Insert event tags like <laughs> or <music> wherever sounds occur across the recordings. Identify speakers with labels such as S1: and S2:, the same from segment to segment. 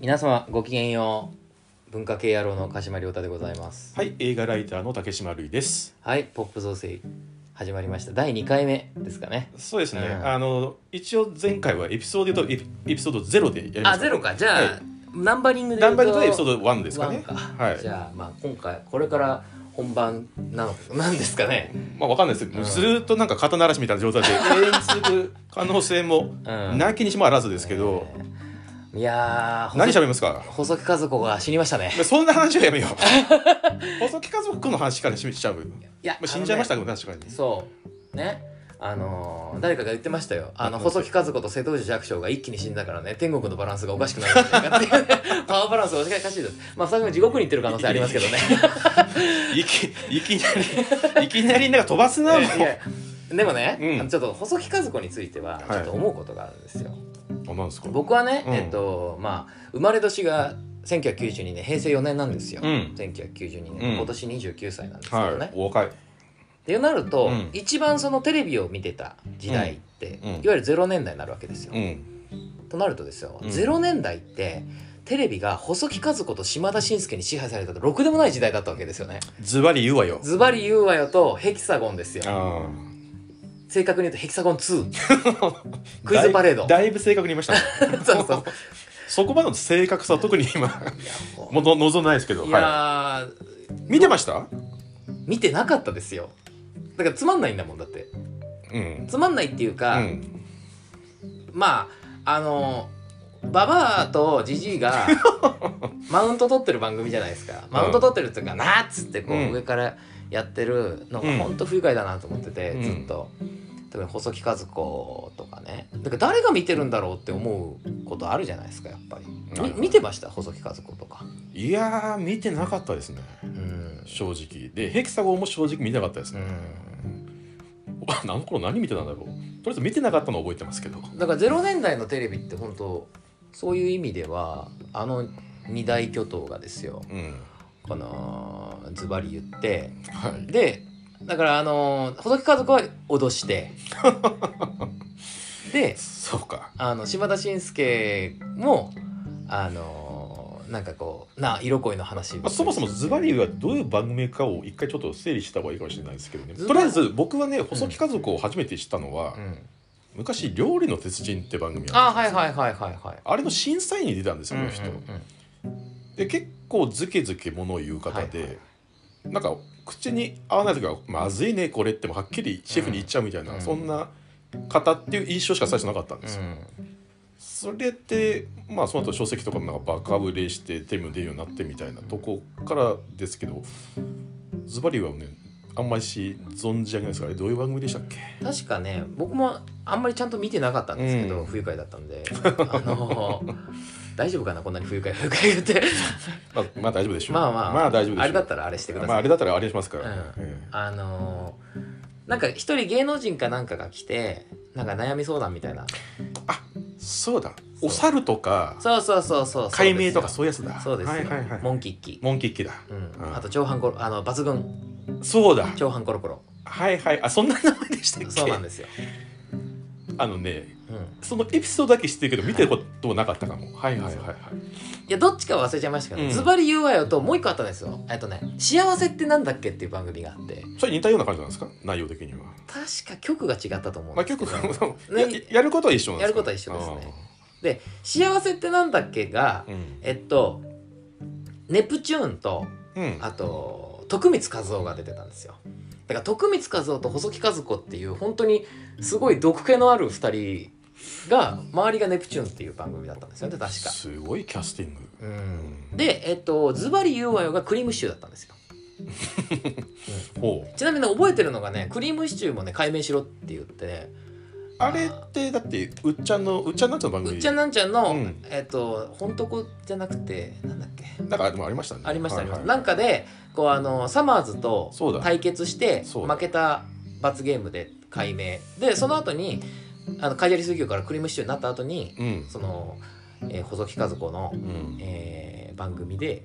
S1: 皆様ごきげんよう文化系野郎の鹿島亮太でございます
S2: はい、映画ライターの竹島るいです。
S1: はいポップ造成始まりました第2回目ですかね
S2: そうですね。
S1: うん
S2: あの一応前回はエピソードで言うとエピエピソードゼロでやりました、
S1: あゼロかじゃあ、
S2: はい
S1: ナンバリングで
S2: ダンバルとエピソ
S1: ド
S2: ードワンですかね。
S1: か、
S2: はい。
S1: じゃあまあ今回これから本番なのなんですかね
S2: まあわかんないですけど、
S1: うん
S2: ずーっとなんか肩慣らしみたいな状態で永遠続く可能性も
S1: うん
S2: なきにしもあらずですけど、
S1: いやー
S2: 何喋
S1: 細
S2: りますか。
S1: 細木数子が死にましたね
S2: そんな話はやめよ
S1: <laughs>
S2: う。細木家族の話からしちゃう。
S1: いや
S2: まあ、死んじゃいました
S1: あ
S2: け
S1: のね
S2: ど、確かに。
S1: そうねあのー誰かが言ってましたよあの
S2: なんか
S1: 細木数子と瀬戸内寂聴が一気に死んだからね天国のバランスがおかしくなるんじゃないかっていうねパワーバランスがおかしいですまあそれも地獄に行ってる可能性ありますけど
S2: <laughs>
S1: ね
S2: いきいきなりいきなりなんか飛ばすなもう
S1: いや <laughs> でもね、
S2: うん
S1: あのちょっと細木数子についてはちょっと思うことがあるんですよ、
S2: あなんですか。
S1: 僕はね、
S2: うん
S1: えっとまあ生まれ年が1992年平成4年なんですよ、
S2: うん
S1: 1992
S2: う
S1: 年
S2: ん
S1: 今年29歳なんですけどね、
S2: はい。お若い。
S1: ってなると、
S2: うん
S1: 一番そのテレビを見てた時代って、
S2: うんうん
S1: いわゆる0年代になるわけですよ、
S2: うん。
S1: となるとですよ、
S2: うん
S1: 0年代ってテレビが細木数子と島田紳介に支配されたとろくでもない時代だったわけですよね
S2: ズバリ言うわよ。
S1: ズバリ言うわよとヘキサゴンですよ
S2: ああ。
S1: 正確に言うとヘキサゴン2
S2: <laughs>
S1: クイズパレード
S2: だいだいぶ正確に
S1: <laughs>
S2: 言いましたね
S1: そうそう
S2: そこまでの正確さは特に今もうの望んでないですけど
S1: いや
S2: は
S1: ー
S2: い、見てました
S1: 見てなかったですよだからつまんないんだもんだって
S2: うん、
S1: つまんないっていう
S2: う
S1: か、
S2: ん、
S1: まああのババアとジジイ
S2: <laughs>
S1: がマウント取ってる番組じゃないですかマウント取ってるっていうか「な」っつってこう、
S2: うん
S1: 上からやってるの
S2: う
S1: が
S2: ん
S1: ほんと不愉快だなと思ってて、
S2: うん
S1: ずっと特に細木和子とかねだから誰が見てるんだろうって思うことあるじゃないですかやっぱり
S2: なるほど
S1: み見てました細木和子とか
S2: いやー見てなかったですね
S1: うん
S2: 正直でヘキサゴンも正直見てなかったです
S1: う
S2: ね、
S1: ん
S2: ああの頃何見てたんだろうとりあえず見てなかったのは覚えてますけど
S1: だから0年代のテレビって本当そういう意味ではあの二大巨頭がですよ
S2: うん
S1: このズバリ言って
S2: はい
S1: でだからあの細木家族は脅して
S2: <laughs>
S1: で
S2: そうか
S1: あの島田紳介もあのなんかこうな色恋の話、
S2: まあ、そもそもズバリはどういう番組かを一回ちょっと整理した方がいいかもしれないですけどね
S1: ズ
S2: と
S1: バ
S2: りあえず僕はね細木家族を初めて知ったのは、
S1: うん、
S2: 昔「料理の鉄人」って番組
S1: あ
S2: あ
S1: はいはいはいはいはい
S2: あれの審査員に出たんですよこの人、
S1: うんうんうん
S2: で結構ズケズケ物を言う方で、
S1: はいは
S2: なんか口に合わない時は「まずいねこれ」ってもはっきりシェフに言っちゃうみたいな、
S1: うん
S2: そんな方っていう印象しか最初なかったんですよ、
S1: う
S2: それでまあその後書籍とかもなんかバカ売れしてテレビも出るようになってみたいなとこからですけどズバリはねあんまりし存じ上げないですからあれどういう番組でしたっ
S1: <laughs>
S2: け
S1: ん確かね僕もあんまりちゃんと見てなかったんですけど、
S2: うん
S1: 不愉快だったんであの大丈夫かなこんなに不愉快不愉快言って
S2: まあ、まあ大丈夫でしょう
S1: まあまあ
S2: まあ大丈夫でしょう
S1: あれだったらあれしてくだ
S2: まあ、
S1: さ
S2: あ
S1: い、
S2: れだったらあれしますから、
S1: うん
S2: ええ
S1: あ、のーなんか一人芸能人かなんかが来てなんか悩み相談みたいな
S2: そうだお猿とか
S1: そうそうそうそうそうですよ
S2: 解明とかそういうやつだ
S1: そうですよ、
S2: はいはいはい
S1: モンキッキ
S2: モンキッキだ
S1: うん
S2: うん
S1: あと長半コロあの抜群
S2: そうだ
S1: 長半コロコロ
S2: はいはいあそんな名前でしたっけ
S1: そうなんですよ、
S2: あのね
S1: うん、い
S2: そのエピソードだけ知ってるけど見てることもなかったかもはいはいはいはい
S1: やどっちか忘れちゃいましたけど、
S2: うん
S1: ズバリ言うわよともう一個あったんですよえっとね「幸せってなんだっけ?」っていう番組があって
S2: それ似たような感じなんですか内容的には
S1: 確か局が違ったと思うん
S2: ま
S1: で
S2: あ
S1: すけ
S2: 結
S1: ど、
S2: 構その
S1: ね
S2: ややることは一緒なんで
S1: や
S2: すか
S1: ることは一緒ですね幸せってなんだっけ?」が
S2: あーうん
S1: えっとネプチューンと
S2: うん
S1: あと徳光和夫が出てたんですよだから徳光和夫と細木和子っていう本当にすごい毒気のある2人が周りがネプチューンっていう番組だったんですよね確か
S2: すごいキャスティング
S1: うんでえっとズバリ言うわよがクリームシチューだったんですよ
S2: ほう
S1: ちなみにね覚えてるのがねクリームシチューもね解明しろって言ってね
S2: あれってだってうっちゃんのうっちゃんなんちゃんの番
S1: うっ
S2: 組
S1: ちゃんなんちゃんの、
S2: うん
S1: えっと本当こじゃなくてなんだっけ
S2: なんかでもありましたね
S1: ありましたありました
S2: はいは
S1: な
S2: い
S1: んかでこうあのサマーズと
S2: そうだ
S1: 対決して
S2: そうだ
S1: 負けた罰ゲームで解明でその後にあのカイジャリ水魚からクリームシチューになった後に
S2: うん
S1: その、えー細木和子の、
S2: うん
S1: えー番組で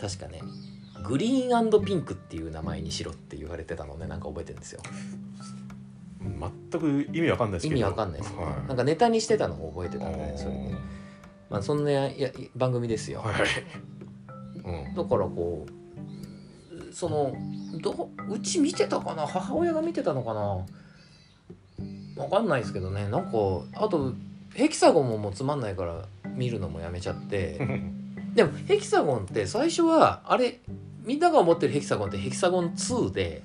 S1: 確かねグリーンピンクっていう名前にしろって言われてたのねなんか覚えてるんですよ
S2: 全く意味わかんないです
S1: 意
S2: け
S1: 味
S2: ど
S1: わかんないですよね、
S2: は
S1: なんかネタにしてたのを覚えてたんで、ね、それねまあ、そんなやや番組ですよ、
S2: はい。うん。
S1: だからこうそのどうち見てたかな母親が見てたのかなわかんないですけどねなんかあとヘキサゴンももうつまんないから見るのもやめちゃってでもヘキサゴンって最初はあれみんなが思ってるヘキサゴンってヘキサゴン2で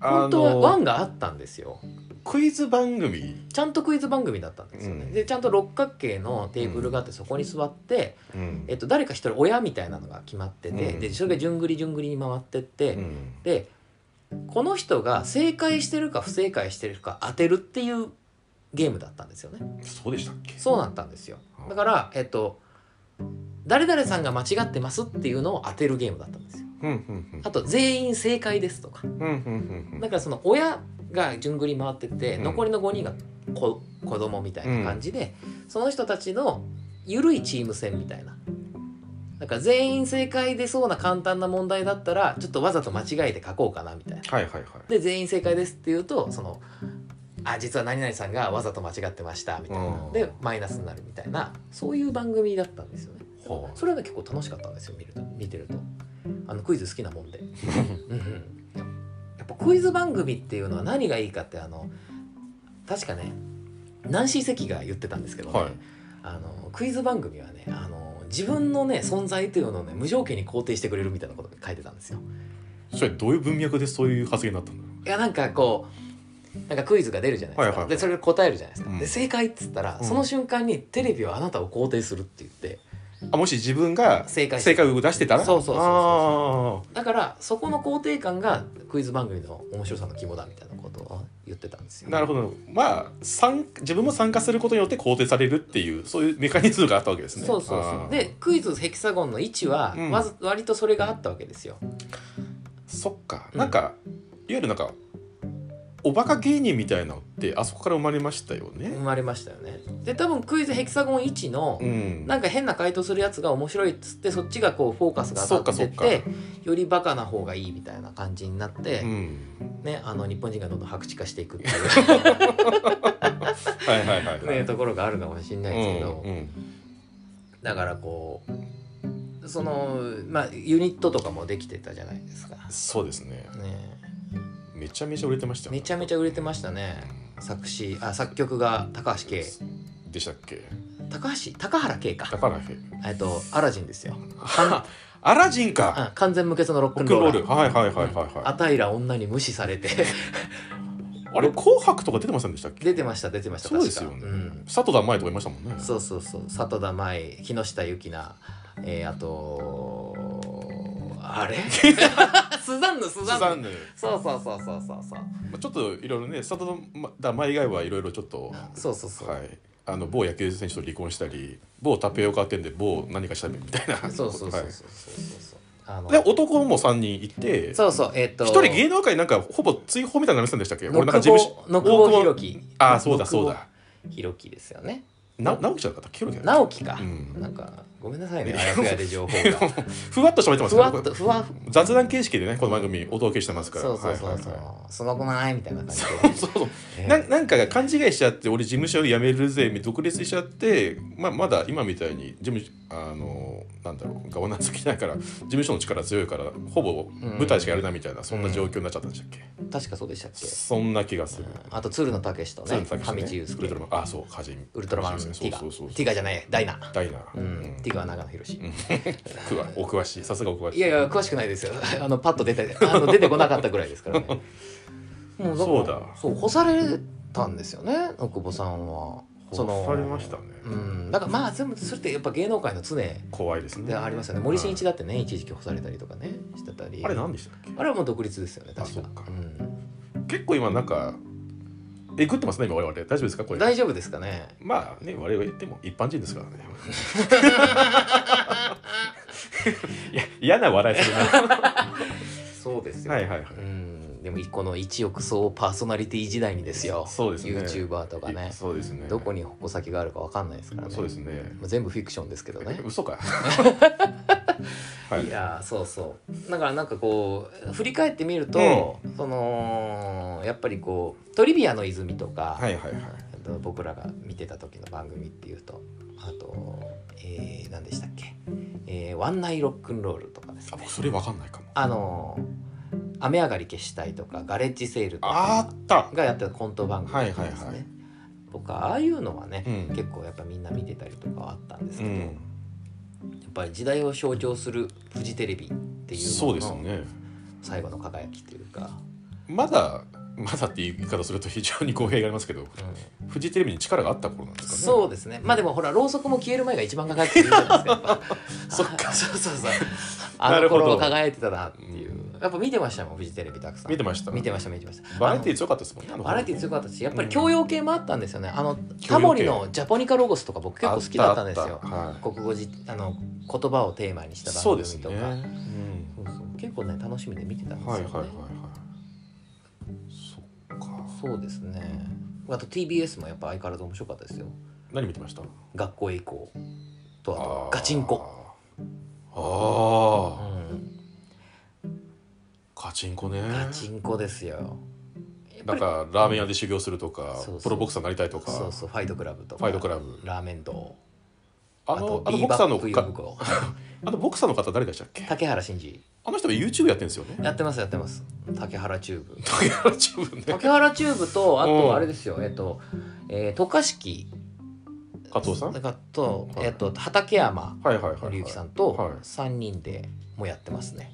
S1: 本当は
S2: あの
S1: 1があったんですよ
S2: クイズ番組。
S1: ちゃんとクイズ番組だったんですよね、
S2: うん
S1: でちゃんと六角形のテーブルがあってそこに座って、
S2: うん
S1: えっと、誰か一人親みたいなのが決まってて、
S2: うん
S1: でそれが順繰り順繰りに回ってって、
S2: うん
S1: でこの人が正解してるか不正解してるか当てるっていうゲームだったんですよね
S2: そうでしたっけ。
S1: そうだったんですよ
S2: うん
S1: だからえっと誰々さんが間違ってますっていうのを当てるゲームだったんですよ
S2: うんうん
S1: あと全員正解ですとか
S2: うん。うんうんうん
S1: だからその親が順繰り回ってて、
S2: うん
S1: 残りの5人が子子供みたいな感じで、その人たちの緩いチーム戦みたいな。だから全員正解出そうな簡単な問題だったらちょっとわざと間違えて書こうかなみたいな。
S2: はいはいはい。
S1: で全員正解ですって言うとその「あ実は何々さんがわざと間違ってました」みたいな
S2: うん
S1: でマイナスになるみたいなそういう番組だったんですよね。
S2: はあ
S1: それはね結構楽しかったんですよ見ると見てるとあのクイズ好きな
S2: <laughs>
S1: もんでうんうんやっぱクイズ番組っていうのは何がいいかってあの確かねナンシー関が言ってたんですけど、ね
S2: はい。
S1: あのクイズ番組はねあの自分のね存在というのをね無条件に肯定してくれるみたいなことが書いてたんですよ
S2: それどういう文脈でそういう発言になったんだろ
S1: いやなんかこうなんかクイズが出るじゃないですか、
S2: はいはいはい
S1: でそれ答えるじゃないですか、
S2: うん
S1: で正解っつったら、
S2: うん
S1: その瞬間にテレビはあなたを肯定するって言って
S2: う。あもし自分が
S1: 正解して
S2: 正解を出してたら。
S1: そうそうそうそう
S2: あ
S1: だからそこの肯定感がクイズ番組の面白さの肝だみたいなことを言ってたんですよ、
S2: あ。なるほど。まあ参自分も参加することによって肯定されるっていうそういうメカニズムがあったわけですね。
S1: そうそうそ
S2: あー
S1: うでクイズヘキサゴンの位置は、
S2: うん
S1: わず割とそれがあったわけですよ
S2: そっか、
S1: うん
S2: なんかいわゆるなんかおバカ芸人みたいなのってあそこから生まれましたよ
S1: 生
S2: ね。
S1: まれましたよねで多分クイズヘキサゴン1の、
S2: うん。
S1: なんか変な回答するやつが面白いっつってそっちがこうフォーカスが当たってっ
S2: そっかそって
S1: よりバカな方がいいみたいな感じになって、
S2: うん。
S1: ね、あの日本人がどんどん白痴化していくってい
S2: <laughs> はいは
S1: <laughs>
S2: いはい、は
S1: う、
S2: い。
S1: ね、ところがあるかもしれないですけど、
S2: うんうん
S1: だからこうそのまあユニットとかもできてたじゃないですか、
S2: そうですね。
S1: ね、
S2: めちゃめちゃ売れてましたよ、ね。
S1: めちゃめちゃ売れてましたね作詞あ作曲が高橋圭
S2: でしたっけ？
S1: 高橋高原圭
S2: だ
S1: か
S2: からへ。
S1: えっとアラジンですよ
S2: あアラジンか。
S1: あ完全無欠のロッ
S2: ロ
S1: ク
S2: ッ
S1: ン
S2: クン
S1: ロー
S2: ロー
S1: ル
S2: ル。はいはいはいはいは
S1: あたいら女に無視されて <laughs>
S2: い。あれ紅白とか出てませんでしたっけ？
S1: 出てました出てました
S2: そうですよね。
S1: 確かうん
S2: 佐藤田前とかいましたもんね。
S1: そうそうそう里田舞木下ゆきな、えー、あとあれスザンヌス
S2: ス
S1: ザン
S2: ザ
S1: ヌ
S2: ンヌ。
S1: そうそうそうそうそうそう
S2: まあちょっといろいろね、佐藤田前以外はいろいろちょっと
S1: そうそうそう、
S2: はい、あの某野球選手と離婚したり某タピオカ店で某何かしたりみたいな
S1: そうそうそうそうそう
S2: は
S1: そうそうあの
S2: いで男も3人いて
S1: そうそうえっ、と
S2: 一人芸能界なんかほぼ追放みたいになりませんでしたっけ
S1: ノ
S2: 俺なんか
S1: ク
S2: 事務
S1: ボ
S2: 所
S1: ノクボ
S2: 大
S1: ひろ
S2: 久保
S1: き
S2: ああそうだそうだ
S1: ひろきですよね
S2: な直樹じゃなかったっけひろきだっ
S1: 直樹か、
S2: うん
S1: なんかごめんなさいねあやふやで情報が
S2: けふわっと喋ってます
S1: ふ
S2: ね
S1: わっとふわふ
S2: 雑談形式でねこの番組お届けしてますから
S1: そうそうそうそう、
S2: はいはいはい
S1: すごくないみたいな感じで
S2: そうそう
S1: えー
S2: <laughs> ななんかが勘違いしちゃって俺事務所辞めるぜ独立しちゃって、まあ、まだ今みたいに事務あのなんだろうガバナンスきないから事務所の力強いからほぼ舞台しかやれないみたいな、そんな状況になっちゃったんでしたっけ、
S1: 確かそうでしたっけ、
S2: そんな気がする、
S1: あと鶴のたけしとね
S2: 鶴田
S1: 上地
S2: 武史
S1: 雄
S2: ねウ
S1: 介
S2: ルトラマンあそうカジン
S1: ウルトラマンテ
S2: そう
S1: ィガ
S2: そうそう
S1: ティガじゃないダイナ
S2: ダイナ
S1: う
S2: うんん
S1: ティガは長野博士
S2: くわお詳しいさすがお詳しい
S1: いやいや詳しくないですよ <laughs> あのパッと出てあの出てこなかったぐらいですからね
S2: <laughs>
S1: もから
S2: そうだ
S1: そう干されたんですよね大久保さんはその
S2: されましたね、
S1: うんだからまあ全部それってやっぱ芸能界の常で
S2: 怖いですね
S1: ありますよね森進一だってね一時期干されたりとかねしてたり
S2: あれ何でしたっけ
S1: あれはもう独立ですよね
S2: あ
S1: 確か
S2: そっか
S1: うん
S2: 結構今なんかえぐってますね今我々大丈夫ですかこれ
S1: 大丈夫ですかね
S2: まあね我々言っても一般人で
S1: <laughs>
S2: すからね。いや嫌な笑いするな。は
S1: そうです
S2: いはいはい。
S1: うんでもこの一億総パーソナリティ時代にですよ
S2: そうですね。
S1: YouTuber とかね
S2: いそうですね。
S1: どこに矛先があるかわかんないですからね
S2: そうですね。
S1: まあ全部フィクションですけどね <laughs>
S2: 嘘か。はい
S1: い。やーそうそうだからなんかこう振り返ってみると、そのやっぱりこうトリビアの泉とか、
S2: はいはいはい。
S1: あと僕らが見てた時の番組っていうとあと、えー、何でしたっけ、えーワンナイロックンロールとかです
S2: あ
S1: ね
S2: 僕それわかんないかも
S1: あの雨上がり消したいとかガレッジセールと
S2: あ
S1: か
S2: った
S1: がやってたコント番組とかですね、
S2: はいはいはい
S1: とかああいうのはね、
S2: うん
S1: 結構やっぱみんな見てたりとかはあったんです
S2: う
S1: けど、や
S2: ん
S1: っぱり時代を象徴するフジテレビっていう
S2: そう
S1: も
S2: です
S1: の
S2: よ
S1: の
S2: ね
S1: 最後の輝きというか、
S2: まだまだっていう言い方すると非常に語弊がありますけど
S1: うん
S2: フジテレビに力があった頃なんですかね
S1: そうですねまあでもほらろうそくも消える前が一番輝くって言うじゃないですかやっぱ
S2: <laughs> そっか
S1: そうそうそうあ
S2: な
S1: の
S2: るほど
S1: 頃輝いてたなっていう
S2: う
S1: やっぱ見てましたもんフジテレビたくさん
S2: 見てました
S1: 見てました見てました
S2: バラエティ
S1: ィ
S2: ー強かったですもんねあの頃
S1: バラエティ強かったしやっぱり教養系もあったんですよね、あの
S2: 系
S1: タモリのジャポニカロゴスとか僕結構好きだったんですよ
S2: あったあったはい
S1: 国語じあの言葉をテーマにした
S2: そ
S1: 番
S2: うで
S1: 組
S2: す
S1: と
S2: ね、
S1: か、
S2: うん
S1: そうそう結構ね楽しみで見てたんですよ
S2: はい
S1: ね、
S2: はいはいはいそっか
S1: そうですねあと TBS もやっぱ相変わらず面白かったですよ
S2: 何見てました
S1: 学校へ行こうとあとガチンコ
S2: あーあ
S1: うん
S2: ーガチンコね
S1: ガチンコですよ。やっぱ
S2: なん
S1: り
S2: かラーメン屋で修行するとか
S1: そうそう
S2: プロボクサーになりたいとか
S1: そうそうファイトクラブとか
S2: ファイトクラブ
S1: ラーメン堂
S2: あのあの
S1: ビー
S2: ボク
S1: バ
S2: サーの
S1: ップ
S2: か
S1: 呼子
S2: あのボクサーの方誰でしたっけ
S1: 竹原真二
S2: あの人が YouTube やってるんですよね
S1: やってますやってます竹原チューブ
S2: 竹原チューブね
S1: 竹原チューブとあ
S2: うん
S1: とあれですよえっとえー渡嘉敷
S2: 加藤さんはい
S1: がと
S2: はい
S1: えっと畠山
S2: はいはいはい
S1: 紀之さん
S2: はい
S1: と三人でもやってますね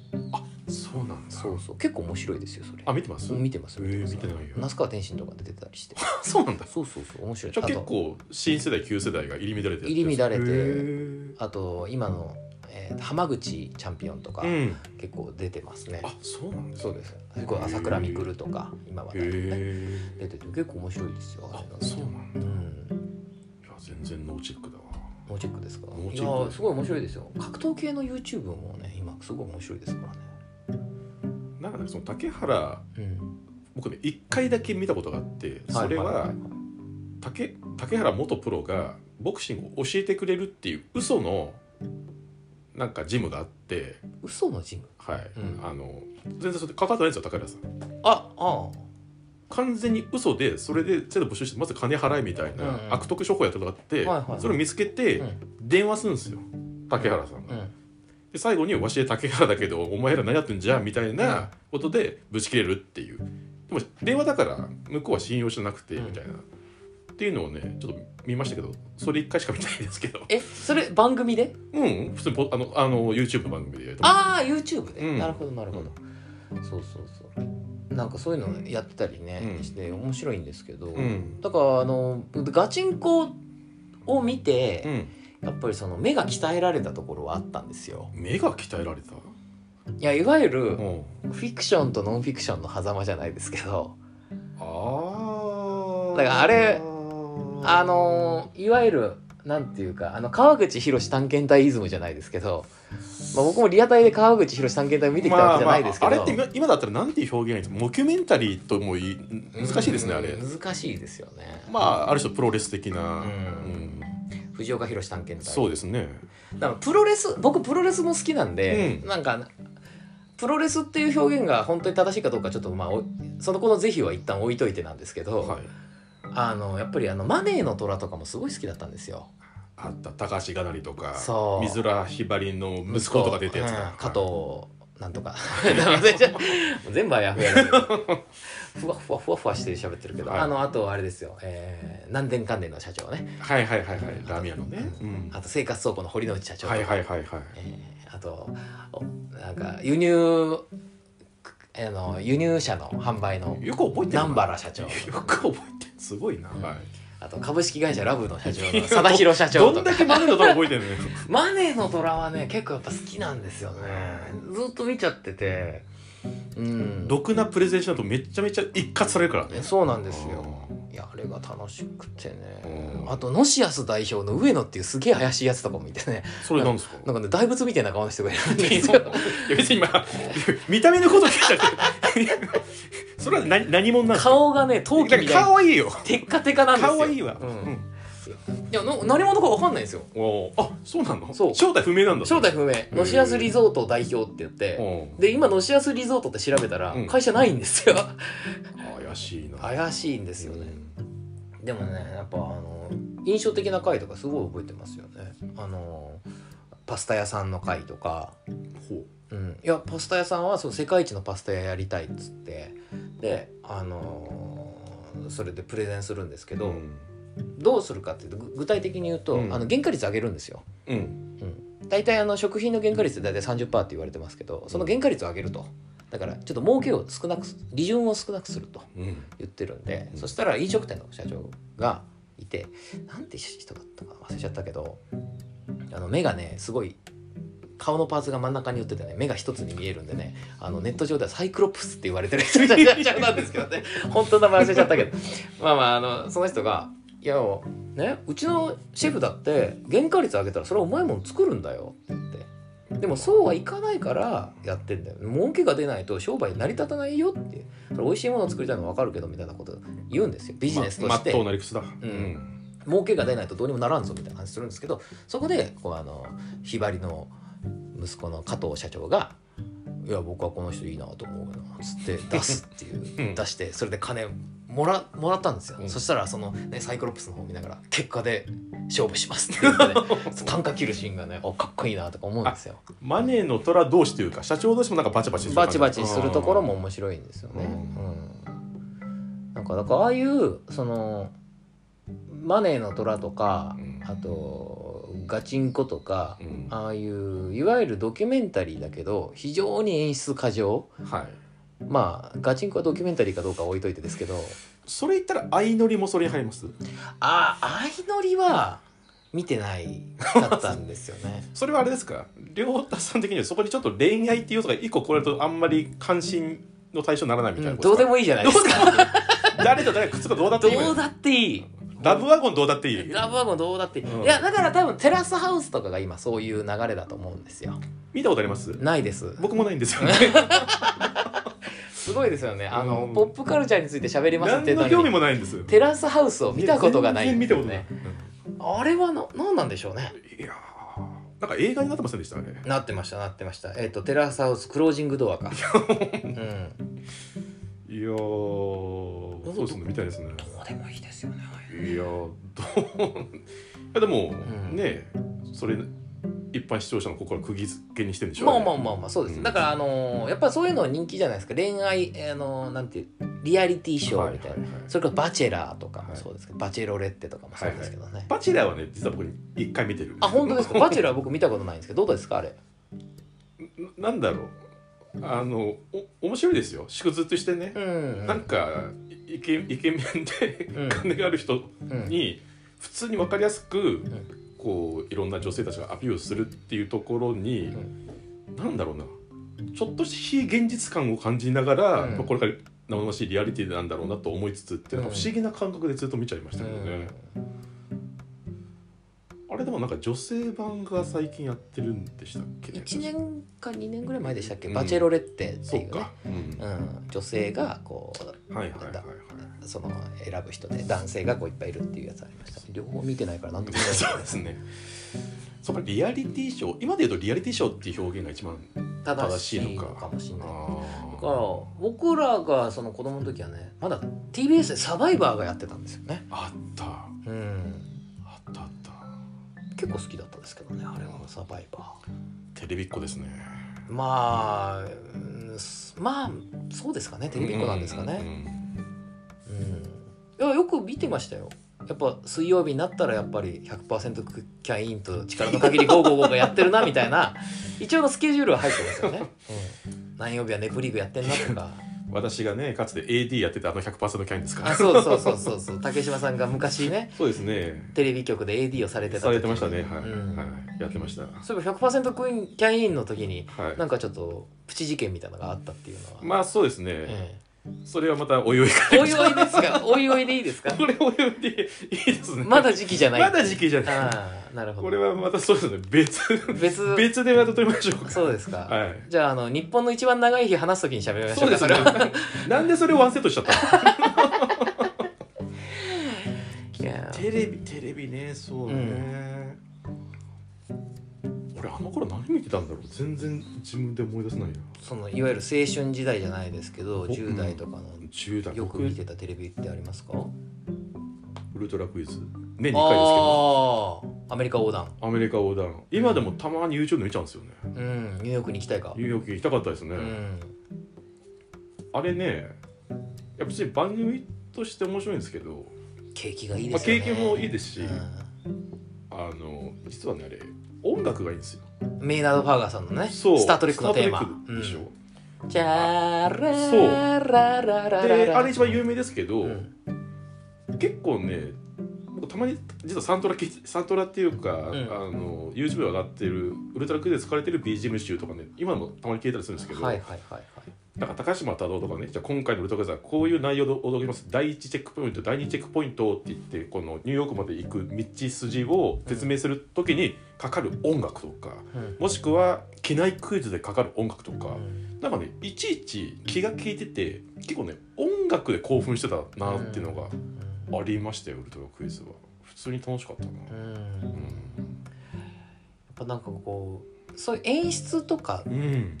S2: そうなんだ
S1: そうそう結構面白いですよそれ
S2: あ見てます
S1: 見てます
S2: え
S1: 見て
S2: ー
S1: ます
S2: 見てないよ
S1: 那須川天心とか出てたりして
S2: <laughs> そうなんだ
S1: そうそうそう面白い
S2: じゃあ
S1: あ
S2: 結
S1: と
S2: 構新世代旧世代が入り乱れて
S1: 入り乱れて
S2: へー
S1: あと今の、えー浜口チャンピオンとか
S2: うん
S1: 結構出てますね、
S2: あそうなんです
S1: そうですすごい朝倉未来とか今は
S2: へ
S1: 出
S2: え
S1: てて結構面白いですよあ
S2: あ
S1: れが
S2: そうなんだ
S1: うん
S2: いや全然ノーチェックだわ
S1: ノーチェックですか
S2: ノー
S1: い
S2: チェック
S1: やすごい面白いですよ格闘系の YouTube もね今すごい面白いですからね
S2: なんかねその竹原
S1: うん
S2: 僕ね1回だけ見たことがあってそれ
S1: い
S2: はい竹竹原元プロがボクシングを教えてくれるっていう嘘のなんかジムがあって
S1: 嘘のジム
S2: はい、
S1: うん
S2: あの全然それ関わってないんですよ高原さん
S1: ああ
S2: 完全に嘘でそれで制度募集してまず金払えみたい
S1: うん
S2: な
S1: うん
S2: 悪徳商法やったのがあって、
S1: はいはいはい
S2: それを見つけ
S1: う
S2: て
S1: ん
S2: 電話するんですよ竹原さんが、
S1: うん
S2: で最後に「わしで竹原だけどお前ら何やってんじゃ」みたいなことでぶち切れるっていうでも電話だから向こうは信用してなくて
S1: うん
S2: みたいな、っていうのをねちょっと見ましたけどそれ1回しか見てないですけど
S1: えそれ番組で
S2: うん普通にポあのあの YouTube の番組でやると思う
S1: ああ YouTube で、
S2: うん
S1: なるほどなるほど、そうそうそうなんかそういうのやってたりね、
S2: うん
S1: して面白いんですけど、
S2: うん
S1: だからあのガチンコを見て、
S2: うん
S1: やっぱりその目が鍛えられたところはあったんですよ
S2: 目が鍛えられた
S1: いやいわゆる
S2: うん
S1: フィクションとノンフィクションの狭間じゃないですけど
S2: あー
S1: だからあれあのいわゆるなんていうかあの川口博探検隊イズムじゃないですけど、まあ、僕もリアタイで川口博探検隊を見てきたわけじゃないですけど、
S2: まあまあ、あれって今今だったらなんていう表現がいいんですかモキュメンタリーともいい難しいですねあれ
S1: うん難しいですよね、
S2: まあある種プロレス的な、
S1: うん藤岡弘探検隊
S2: そうですね
S1: だからプロレス僕プロレスも好きなんで、
S2: う
S1: なんかプロレスっていう表現が本当に正しいかどうかちょっとまあおその子の是非は一旦置いといてなんですけど、
S2: はい
S1: あのやっぱりあのマネーの虎とかもすごい好きだったんですよ
S2: あった高橋がなりとか
S1: そう
S2: 水浦ひばりの息子とか出たやつだ、
S1: うん加藤なんとか忘れちゃう <laughs> 全部あやふや
S2: <laughs>
S1: だけどふわふわふわふわして喋ってるけど、
S2: はい
S1: あのあとあれですよ、えー、南電関連の社長ね
S2: はいはいはいはいラーメン屋のね、うん
S1: あと生活倉庫の堀之内社長とか
S2: はいはいはいはい
S1: えーあとおなんか輸入あの輸入車の販売の
S2: よく覚えてるな
S1: 南原社長
S2: よく覚えてるすごいな、
S1: うん
S2: はい
S1: あと株式会社ラブの社長の貞弘社長
S2: ど
S1: と
S2: ん
S1: か
S2: だけマネのとこ覚えてるのよ
S1: マネーの虎はね結構やっぱ好きなんですよねずっと見ちゃっててうん
S2: ろくなプレゼンしないとめちゃめちゃ一括されるからね
S1: そうなん
S2: う
S1: ですよいやあれが楽しくてね
S2: うん
S1: あとノシアス代表の上野っていうすげえ怪しいやつとかも見てね <laughs>
S2: それなんですか
S1: なんかね大仏みたいな顔の人がいるんです
S2: い
S1: よ
S2: や別に今見た目のこと聞いちゃってそれは何何者なんですか
S1: 顔がね陶器みたい
S2: か
S1: な
S2: わいいよ
S1: テッカテカなんですよ
S2: かわいいわ、
S1: う
S2: うんん
S1: いやの何者か分かんないんですよ
S2: おーあそうなの
S1: そう
S2: 正体不明なんだ
S1: 正体不明のしアスリゾート代表って言って
S2: おー
S1: で今のしアスリゾートって調べたら
S2: うん
S1: 会社ないんですよ <laughs>
S2: 怪しいな
S1: 怪しいんですよね
S2: うん
S1: でもねやっぱあの印象的な回とかすごい覚えてますよね。あのパスタ屋さんの回とか、
S2: ほ
S1: うん、いやパスタ屋さんはその世界一のパスタ屋やりたいっつってで、あのーそれでプレゼンするんですけ
S2: う
S1: ど、
S2: ん
S1: どうするかっていうとぐ具体的に言うと、
S2: うん
S1: あの原価率上げるんですよ。
S2: うん
S1: 大体あの食品の原価率で大体30%って言われてますけどその原価率を上げるとだからちょっと儲けを少なくす利潤を少なくすると
S2: うん
S1: 言ってるんで、
S2: うん
S1: そしたら飲食店の社長がいてなんて人だったかな忘れちゃったけどあの目がねすごい顔のパーツが真ん中に寄っててね目が一つに見えるんでねあのネット上ではサイクロプスって言われてる人みたいになっちゃうんですけどね <laughs> 本当の名前忘れちゃったけどまあまああのその人が「いやねうちのシェフだって原価率上げたらそれはうまいもの作るんだよ」って言って。でもそうはいかないからやってんだよ儲けが出ないと商売成り立たないよってそれ美味しいものを作りたいのは分かるけどみたいなこと言うんですよビジネスと
S2: まま
S1: し、
S2: ってとうな理屈だうん
S1: 儲けが出ないとどうにもならんぞみたいな話するんですけどそこでこうあのひばりの息子の加藤社長が「いや僕はこの人いいなと思うな」つ
S2: <laughs>
S1: って出すっていう、
S2: うん
S1: 出してそれで金もらもらったんですよ、
S2: うん
S1: そしたらその、ね、サイクロプスの方見ながら「結果で勝負します」って言ってね
S2: <laughs>
S1: 単価切るシーンがねあかっこいいなとか思うんですよ。
S2: マネーの虎同士というか社長同士もなんかバチバチする
S1: バ
S2: 感
S1: チ
S2: じ
S1: バチするところも面白いんですよね。う
S2: う
S1: んなんかだからああいうそのマネーの虎とか、
S2: うん
S1: あとガチンコとか
S2: う、んは
S1: ああいういわゆるドキュメンタリーだけど非常に演出過剰
S2: い
S1: まあガチンコはドキュメンタリーかどうかは置いといてですけど
S2: それ言ったら相乗りもそれに入ります
S1: ああ相乗りは見てないだったんですよ
S2: <laughs>
S1: ね。
S2: それはあれですか両太さん的にはそこにちょっと恋愛っていう要素が一個これるとあんまり関心の対象にならないみ
S1: う、
S2: たいなんこと
S1: どう
S2: す
S1: で
S2: か
S1: もいいじゃないですか。
S2: 誰と誰がくっつくかどうだっていい
S1: どうだっていい。
S2: ラブワゴンどうだっていい
S1: ラブワゴンどうだっていい、
S2: うん
S1: いやだから多分テラスハウスとかが今そういう流れだと思うんですよ
S2: 見たことあります
S1: ないです
S2: 僕もないんです
S1: <laughs>
S2: よね
S1: すごいですよねあの、
S2: うん
S1: ポップカルチャーについて喋りますっ
S2: 何
S1: て言
S2: の
S1: った
S2: 興
S1: の
S2: 味
S1: に
S2: もないんですよ
S1: テラスハウスを見たことがない
S2: 全然見たことない、
S1: あれはな何なんでしょうね
S2: うんいやーなんか映画になってませんでしたあれ
S1: なってましたなってましたえっ、とテラスハウスクロージングドアかうんど
S2: いやーそうですねみたいですね
S1: うでもいいですよねああいう
S2: いやーどういやでも、
S1: うん
S2: ねそれ一般視聴者の心を釘付けにしてるんでしょ
S1: まあま
S2: あ
S1: あまあまあそうです、
S2: うん
S1: だからあのーやっぱそういうのは人気じゃないですか恋愛あのーなんていうリアリティショーみたいな、
S2: はいはいはい
S1: それからバチェラーとかもそうですけど、バチェロレッテとかもそうですけどね、
S2: バチェラーはね実は僕一回見てる
S1: あ本当ですか。 <laughs> バチェラー僕見たことないんですけどどうですかあれ。
S2: ななんだろうあのお面白いですよ縮図としてね
S1: う、ん
S2: なんかイイケイケメンで
S1: うん
S2: 金がある人
S1: うん
S2: に普通に分かりやすく、こういろんな女性たちがアピールするっていうところに、なんだろうなちょっとした非現実感を感じながら、
S1: うん
S2: まあこれから生々しいリアリティなんだろうなと思いつつっていうのが
S1: うん
S2: 不思議な感覚でずっと見ちゃいましたけどね、あれでもなんか女性版が最近やってるんでしたっけ
S1: 一年か二年ぐらい前でしたっけ、
S2: うん
S1: バチェロレッテって
S2: そ
S1: いううね
S2: か、うん
S1: う、ん、女性がこう
S2: はいはいはいはい
S1: その選ぶ人で男性がこういっぱいいるっていうやつありました両方見てないからなんとも言えない
S2: そうですね。そっかリアリティショー今で言うとリアリティショーっていう表現が一番
S1: <laughs> 正
S2: 正
S1: し
S2: し
S1: い
S2: い
S1: の
S2: のか
S1: かもしれないだから
S2: あ
S1: 僕らがその子供の時はねまだ TBS でサバイバーがやってたんですよね、
S2: あったあ
S1: うん、
S2: ったあった
S1: 結構好きだったですけどねあれはサバイバー
S2: テレビっ子ですね
S1: まあうんすまあそうですかねテレビっ子なんですか
S2: う
S1: ね、
S2: ん
S1: うんいやよく見てましたよやっぱ水曜日になったらやっぱり100%クッキャインと力の限り555がやってるなみたい
S2: <laughs>
S1: な一応のスケジュールは入ってますよね、うん、何曜日はネプリーグやってんなと
S2: <laughs>
S1: か
S2: 私がねかつて AD やってたあの100%キャインですから
S1: あそうそうそうそうそう竹島さんが昔ね
S2: そうですね
S1: テレビ局で AD をされてた時
S2: されてましたねはい、
S1: うん
S2: はい、やってましたは
S1: そういえば100%クイーンキャインの時に
S2: い
S1: なんかちょっとプチ事件みたいなのがあったっていうのは、
S2: まあそうですね、
S1: え
S2: それはまたおいおいか
S1: えおいおいですかおいおいでいいですか
S2: これおいおいでいいですね
S1: まだ時期じゃない。
S2: まだ時期じゃない
S1: ああ、なるほど。
S2: これはまたそうですね
S1: <laughs>
S2: 別
S1: 別
S2: 別でまた撮りましょうか
S1: そうですか。
S2: はい
S1: じゃああの日本の一番長い日話すときに喋りましょ
S2: そうう
S1: か。
S2: ですね
S1: れは
S2: <laughs> なんでそれをワンセットしちゃったの
S1: いや
S2: テレビテレビねそうね、俺あの頃何見てたんだろう全然自分で思い出せないな
S1: そのいわゆる青春時代じゃないですけど、
S2: 僕
S1: 10代とかの
S2: 10代
S1: よく
S2: 僕
S1: 見てたテレビってありますか？
S2: 俺ウルトラクイズ年2回ですけど
S1: ああアメリカ横断
S2: アメリカ横断今でもたまに YouTube で見ちゃうんですよね
S1: うんニューヨークに行きたいか
S2: ニューヨーク行きたかったですね、
S1: うん
S2: あれねいや別に番組として面白いんですけど
S1: 景気がいいですよね
S2: まあ景気もいいですし
S1: う
S2: あの実はねあれ音楽がいいんですよ
S1: んメイナード・ファーガーさんのね
S2: そう
S1: スター・トレックのテーマ
S2: スタトレックでしょ、
S1: うんチャラ
S2: そう
S1: ラララララ
S2: であれ一番有名ですけど、
S1: うん
S2: 結構ね僕たまに実はサントラ聞いサントラっていうか、あの YouTube で上がってるウルトラクイズで使われてる BGM 集とかね今もたまに聞いたりするんですけど、
S1: はいはいはいはい
S2: なんか高島太郎とかねじゃあ今回のウルトラクイズはこういう内容で驚きます第1チェックポイント第2チェックポイントって言ってこのニューヨークまで行く道筋を説明する時にかかる音楽とか、
S1: うん
S2: もしくは機内クイズでかかる音楽とか、
S1: うん
S2: なんかねいちいち気が利いてて結構ね音楽で興奮してたなっていうのがありましたよ、ウルトラクイズは普通に楽しかったな、
S1: う
S2: うん
S1: やっ
S2: ん
S1: ぱなんかこうそういう演出とか
S2: うん、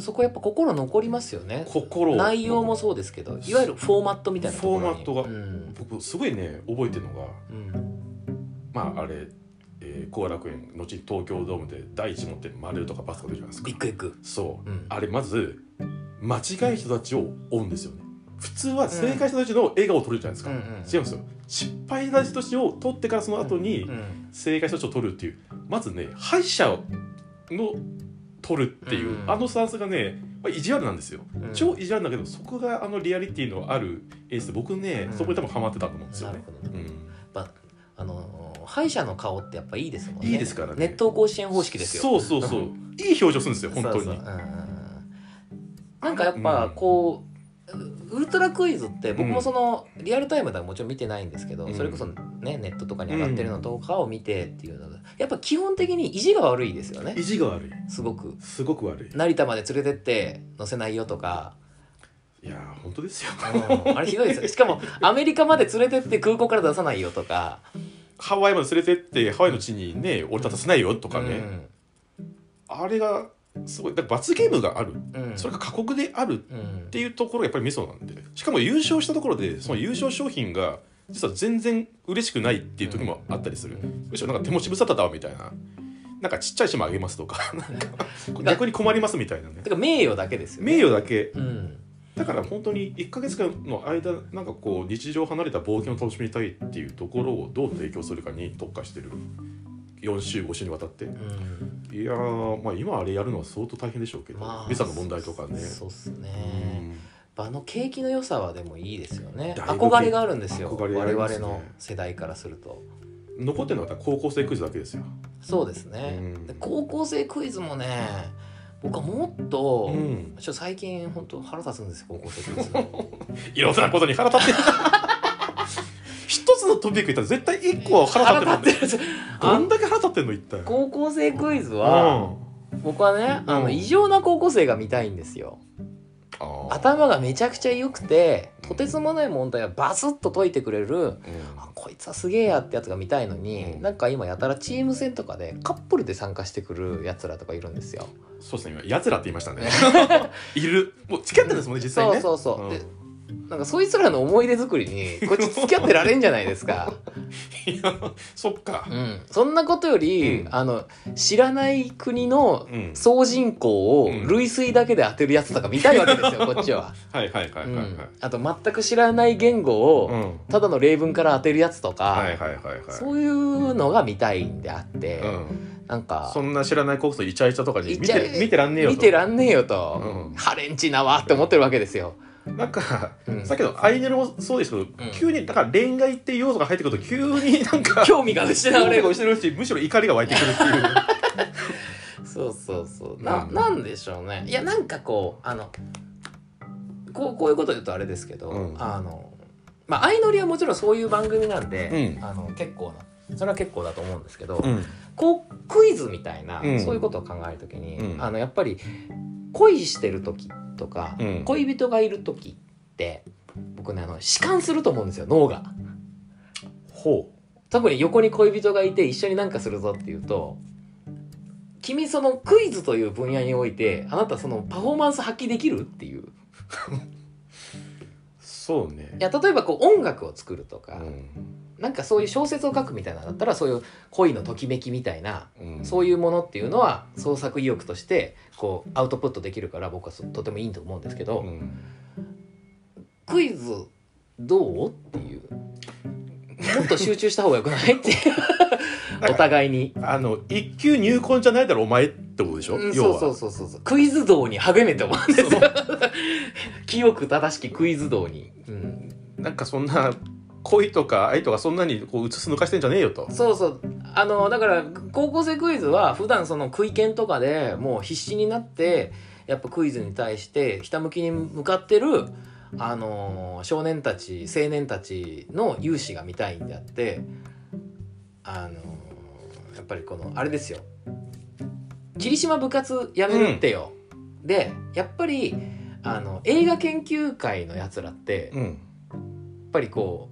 S1: そこやっぱ心残りますよね
S2: 心を
S1: 内容もそうですけどいわゆるフォーマットみたいなところに
S2: フォーマットが
S1: うん
S2: 僕すごいね覚えてるのが
S1: うん
S2: まああれえー後、楽園後に東京ドームで第一問って丸とかバスが出るじゃないですか
S1: ビッグエッグ
S2: そう
S1: うん
S2: あれまず間違い人たちを追うんですよね普通は正解した人たちの笑顔を撮るじゃないですか、
S1: うんうん
S2: 違うんですよ失敗した人たちを撮ってからその後に、
S1: うん
S2: 正解者を取るっていうまずね敗者の取るっていう、
S1: うん
S2: あのスタンスがね、まあ、意地悪なんですよ、
S1: うん
S2: 超意地悪なんだけどそこがあのリアリティのあるエースで僕ね、
S1: うん
S2: そこに多分ハマってたと思うんですよ
S1: なる
S2: ね、
S1: ほどね
S2: うん
S1: あのー歯医者の顔ってやっぱいいですもんね
S2: いいですからね
S1: 熱湯甲子園方式ですよ
S2: そうそうそういい表情するんですよ本当に
S1: そうそううんうんうんなんかやっぱこう、ウルトラクイズって僕もそのリアルタイムではもちろん見てないんですけど、
S2: うん
S1: それこそねネットとかに上がってるのとかを見てっていうのがやっぱ基本的に意地が悪いですよね
S2: 意地が悪い
S1: すごく
S2: すごく悪
S1: 成田まで連れてって乗せないよとか、
S2: いいやー本当ですよ
S1: うんあれひどいですよしかもアメリカまで連れてって空港から出さないよとか
S2: ハワイまで連れてってハワイの地にね俺立たせないよとかね、あれがすごいだから罰ゲームがある、
S1: うんうん
S2: それが過酷である
S1: うん
S2: っていうところがやっぱりミソなんでしかも優勝したところでその優勝商品が実は全然嬉しくないっていう時もあったりするむしろなんか手持ち無沙汰だわみたいななんかちっちゃい島あげますと
S1: <laughs>
S2: かなんか逆に困りますみたいなね
S1: てか名誉だけですよね
S2: 名誉だけ
S1: うん
S2: だから本当に1ヶ月間の間なんかこう日常離れた冒険を楽しみたいっていうところをどう提供するかに特化してる4週5週にわたってい
S1: うん
S2: やーまあ今あれやるのは相当大変でしょうけど
S1: まあ
S2: ビザの問題とかね
S1: そうっすね、
S2: うん
S1: あの景気の良さはでもいいですよね
S2: だいぶ
S1: 憧れがあるんですよ
S2: 憧れあ
S1: 我
S2: ります
S1: 々
S2: ね
S1: の世代からすると
S2: 残ってるのは高校生クイズだけですよ
S1: そうですね、
S2: うん
S1: で高校生クイズもね僕はもっと、
S2: うん
S1: ちょっと最近本当腹立つんですよ高校生クイズ
S2: いろんなことに腹立って
S1: <laughs>
S2: 一つのトピック言ったら絶対一個は <laughs> 腹立
S1: 腹
S2: ってる
S1: 立ってる
S2: ど
S1: あ
S2: ん
S1: ん
S2: だけ腹立ってんの一体
S1: 高校生クイズ
S2: うん
S1: は、僕はねあ
S2: う
S1: の
S2: ん
S1: 異常な高校生が見たいんですよ
S2: あー
S1: 頭がめちゃくちゃ良くてとてつもない問題はバスッと解いてくれる
S2: うん
S1: あこいつはすげえやってやつが見たいのに、
S2: うん
S1: なんか今やたらチーム戦とかでカップルで参加してくるやつらとかいるんですよ。
S2: そうですね今やつらって言いまし
S1: <laughs>
S2: たねいるもう付き合ってるんですもんね実際
S1: そう
S2: ね
S1: そうそう、
S2: うん
S1: でなんかそいつらの思い出作りにこっち付き合ってられんじゃないですか。
S2: いや <laughs> そっか
S1: うん、そんなことより、
S2: うん
S1: あの知らない国の
S2: うん
S1: 総人口を
S2: うん
S1: 類推だけで当てるやつとか見たいわけですよ、
S2: <laughs>
S1: こっちは。
S2: はいはいは
S1: う
S2: いはい
S1: ん
S2: はい、
S1: あと全く知らない言語
S2: う
S1: を
S2: ん
S1: ただの例文から当てるやつとか、
S2: はいはいはいは
S1: そういうのが見たいんであって、
S2: いうん
S1: なんか
S2: そんな知らないコースとイチャイチャとかに見
S1: イチャ
S2: て
S1: イ
S2: 見てらんねえよと
S1: 見てらんねえよと、
S2: うん
S1: ハレンチなわって思ってるわけですよ。
S2: なんか、
S1: うん
S2: さっきのアイドルもそうですけど、急にだから恋愛っていう要素が入ってくると急になん <laughs> か
S1: 興味が失われ
S2: れ
S1: る
S2: をしてるしむしろ怒りが湧いてくるっていう
S1: そうそうそうな
S2: うん
S1: なんでしょうねいやなんかこうあのこうこういうこと言うとあれですけど、
S2: うん
S1: あのまあ相乗りはもちろんそういう番組なんで、
S2: うん
S1: あの結構なそれは結構だと思うんですけど、
S2: <laughs> うん
S1: こうクイズみたいな、
S2: うん
S1: そういうことを考えるときに、
S2: うん
S1: あのやっぱり恋してる時とか、
S2: うん
S1: 恋人がいる時って僕ねあの弛緩すると思うんですよ脳が。
S2: ほ
S1: 特に横に恋人がいて一緒になんかするぞっていうと君そのクイズという分野においてあなたそのパフォーマンス発揮できるっていう
S2: うそうね
S1: いや例えばこう音楽を作るとか、
S2: うん
S1: なんかそういう小説を書くみたいなのだったらそういう恋のときめきみたいな
S2: うん
S1: そういうものっていうのは創作意欲としてこうアウトプットできるから僕はそとてもいいと思うんですけど、
S2: うん
S1: クイズどうっていうもっと集中した方がよくないっていうお互いに。
S2: あの一級入魂じゃないだろお前ってことでしょ、
S1: うん
S2: 要
S1: そ
S2: は
S1: うそうそうそうそうクイズ道に励めてもらうんです <laughs>
S2: そ
S1: よ清く正しきクイズ道に、うん、
S2: <laughs> なんかそんな恋とか愛とかそんなにこううつす抜かしてんじゃねえよと
S1: そうそうあのだから高校生クイズは普段そのクイ研とかでもう必死になってやっぱクイズに対してひたむきに向かってるあの少年たち青年たちの勇姿が見たいんであってあのやっぱりこのあれですよ霧島部活やめるってよ、でやっぱりあの映画研究会のやつらってやっ
S2: うん
S1: ぱりこ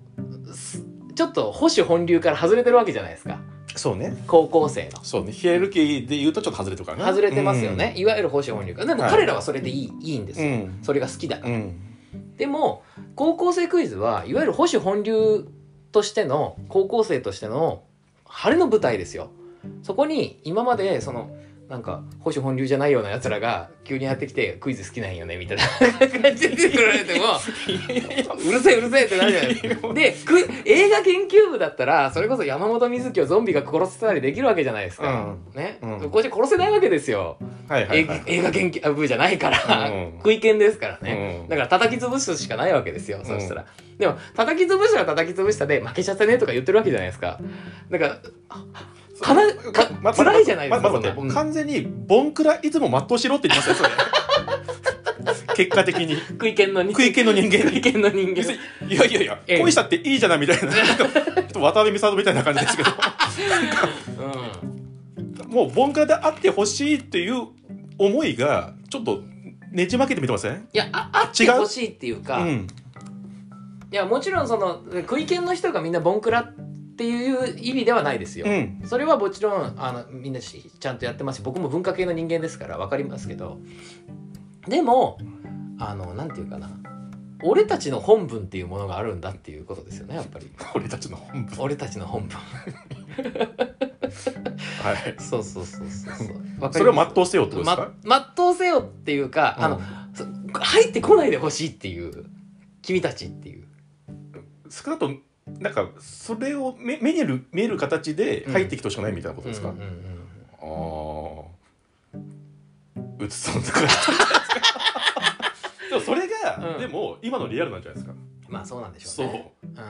S1: うすちょっと保守本流から外れてるわけじゃないですか
S2: そうね
S1: 高校生の。
S2: そうねヒエルキーで言うとちょっと外れてるからね
S1: 外れてますよね、いわゆる保守本流からでも
S2: はい
S1: 彼らはそれでいい,、い、いんです
S2: う
S1: よ、
S2: ん
S1: それが好きだから、
S2: うん
S1: でも高校生クイズはいわゆる保守本流としての高校生としての晴れの舞台ですよそこに今までそのなんか保守本流じゃないようなやつらが急にやってきてクイズ好きなんよねみたいな感じで来られてもうるせえうるせえってなるじゃないですかでクイ映画研究部だったらそれこそ山本美月をゾンビが殺せたりできるわけじゃないですか、ね、
S2: うん
S1: こうして殺せないわけですよ
S2: はいはいはい
S1: 映画研究部じゃないから、
S2: うん
S1: 食い犬ですからね、
S2: ね
S1: だから叩き潰すしかないわけですよ、
S2: ん
S1: そしたらでも叩き潰したら叩き潰したで負けちゃったねとか言ってるわけじゃないですかだからかなか辛いじゃないですか
S2: まま待って
S1: そん
S2: もう
S1: な
S2: 完全にボンクラいつも全うしろって言ってま
S1: <laughs>
S2: すよそれ結果的に
S1: 食い犬の人
S2: 食い系の人間
S1: 食い
S2: に
S1: 犬の人間
S2: 別にいやいやいや
S1: ええ
S2: 恋したっていいじゃないみたい
S1: <laughs>
S2: ななんかちょっと渡辺美里みたいな感じですけど
S1: うん
S2: もうボンクラであってほしいっていう思いがちょっとねじ曲げてみてません
S1: いやああって
S2: 違う
S1: ほしいっていう
S2: う
S1: か、い
S2: ん
S1: やもちろんその食い犬の人がみんなボンクラっていう意味ではないですよ、
S2: うん
S1: それはもちろんあのみんなしちゃんとやってますし僕も文化系の人間ですから分かりますけどでもあのなんていうかな俺たちの本文っていうものがあるんだっていうことですよねやっぱり
S2: 俺たちの本部
S1: 俺たちの本文
S2: はい
S1: そうそうそうそうそう分
S2: <laughs> それを全うせよってことですか、
S1: ま全うせよっていうか、あ
S2: う
S1: の
S2: ん
S1: そ入ってこないでほしいっていう君たちっていう
S2: 少なくともなんかそれを目目に見える見える形で入ってきてほしくないみたいなことですか、
S1: うんうんうん
S2: ああうつさんとかでもそれが、
S1: うん
S2: でも今のリアルなんじゃないですか
S1: まあそうなんでしょ
S2: そうう
S1: ねうん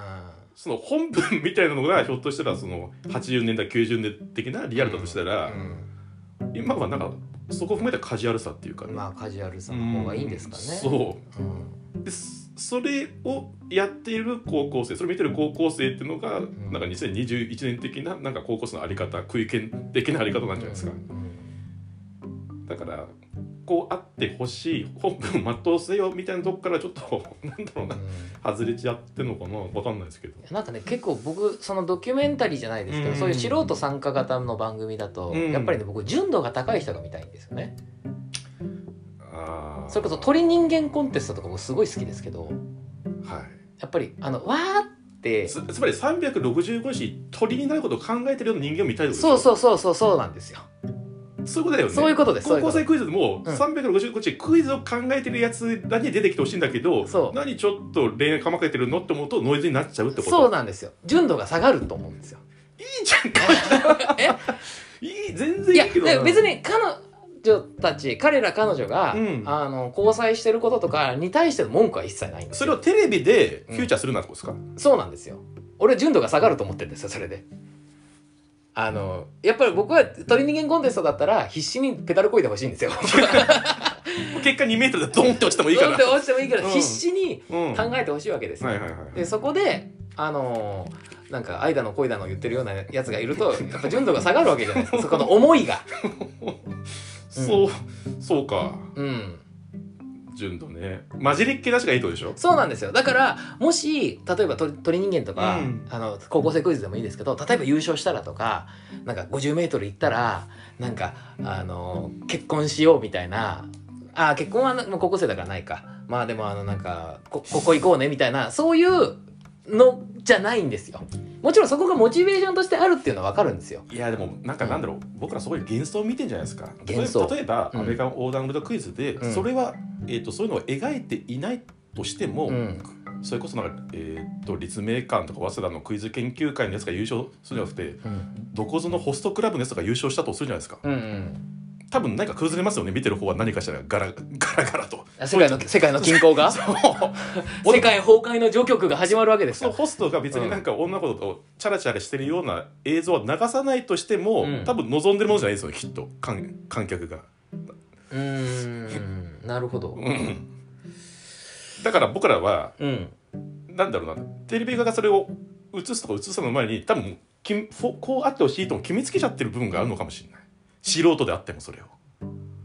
S2: その本文みたいなのがひょっとしたらその80年代90年代的なリアルだとしたら
S1: う、ん
S2: 今はなんかそこを含めたカジュアルさっていうか、
S1: まあカジュアルさの方がいいんですかね、
S2: うんそう
S1: ん
S2: うでそそれをやっている高校生それを見てる高校生っていうのが、
S1: ん
S2: なんか2021年的ななんか高校生のあり方食い犬的なあり方なんじゃないですか、だからこうあってほしい本文全うせよみたいなとこからちょっと <laughs> なんだろうな外れちゃってんのかなわかんないですけど
S1: なんかね結構僕そのドキュメンタリーじゃないですけど、
S2: うん
S1: そういう素人参加型の番組だと、
S2: うん
S1: やっぱりね僕純度が高い人が見たいんですよね、
S2: あー
S1: それこそ鳥人間コンテストとかもすごい好きですけど
S2: はい
S1: やっぱりあのわーって
S2: つつまり365日鳥になることを考えてるような人間を見たいってこと
S1: そう
S2: でし
S1: そう
S2: ょ
S1: そうそうそうなんですよ
S2: そういうことだよね
S1: そういうことですそう
S2: 高
S1: いうこ
S2: 校
S1: と
S2: 生クイズでも
S1: うん
S2: 365日クイズを考えてるやつらに出てきてほしいんだけど、
S1: そう
S2: 何ちょっと恋愛かまけてるのって思うとノイズになっちゃうってこと
S1: そうなんですよ純度が下がると思うんですよ
S2: いいじゃん
S1: <laughs>
S2: か
S1: え
S2: いい全
S1: い
S2: 然
S1: や
S2: いいけど
S1: で別に彼女たち彼ら彼女が、
S2: うん
S1: あの交際してることとかに対しての文句は一切ないんです
S2: そ
S1: よ
S2: れをテレビでフューチャーするなってことですか、
S1: そうなんですよ。俺純度が下がると思ってるんですよ、それで。あの、やっぱり僕は鳥人間コンテストだったら必死にペダルこいでほしいん
S2: <laughs>
S1: ですよ。
S2: 結果2メートルでドンって落ちてもいいか
S1: どう
S2: ら
S1: で。落ちてもいいから
S2: うん
S1: 必死に
S2: うん
S1: 考えてほしいわけですよ。
S2: はいはいはい。
S1: で、そこで、あのーなんか愛だの恋だの言ってるようなやつがいると、やっぱ純度が下がるわけじゃないですか、そこの思いが。
S2: そう、そうか。
S1: うん。
S2: 純度ね。混じりっけなしがいいってことでしょ
S1: そうなんですよ。だから、もし、例えば鳥鳥人間とか、
S2: うん
S1: あの、高校生クイズでもいいですけど、例えば優勝したらとか、なんか50メートル行ったら、なんか、あの、結婚しようみたいな、あ、結婚はなもう高校生だからないか。まあでも、あの、なんか、こ、ここ行こうねみたいな、そういうのじゃないんですよもちろんそこがモチベーションとしてあるっていうのは分かるんですよ
S2: いやでもなんかなんだろう、僕らそこに幻想を見てんじゃないですか
S1: 幻想
S2: 例えば
S1: うん
S2: アメリカン横断ルートクイズで、
S1: うん
S2: それは、えー、とそういうのを描いていないとしても、
S1: うん
S2: それこそなんか、えー、と立命館とか早稲田のクイズ研究会のやつが優勝するんじゃなくて
S1: うん
S2: どこぞのホストクラブのやつが優勝したとするじゃないですか
S1: うんうん
S2: 多分なんか崩れますよね見てる方は何かしらガラガラガラと
S1: 世界の世界の均衡 <laughs> が世界崩壊の序曲が始まるわけですか
S2: その
S1: ら
S2: ホストが別になんか女の子とチャラチャラしてるような映像は流さないとしても、
S1: うん
S2: 多分望んでるものじゃないですよきっと観観客が。
S1: うーんなるほど
S2: うんだから僕らは
S1: うん
S2: なんだろうなテレビ側がそれを映すとか映さない前に多分きこうこうあってほしいとも決めつけちゃってる部分があるのかもしれない素人であってもそれを。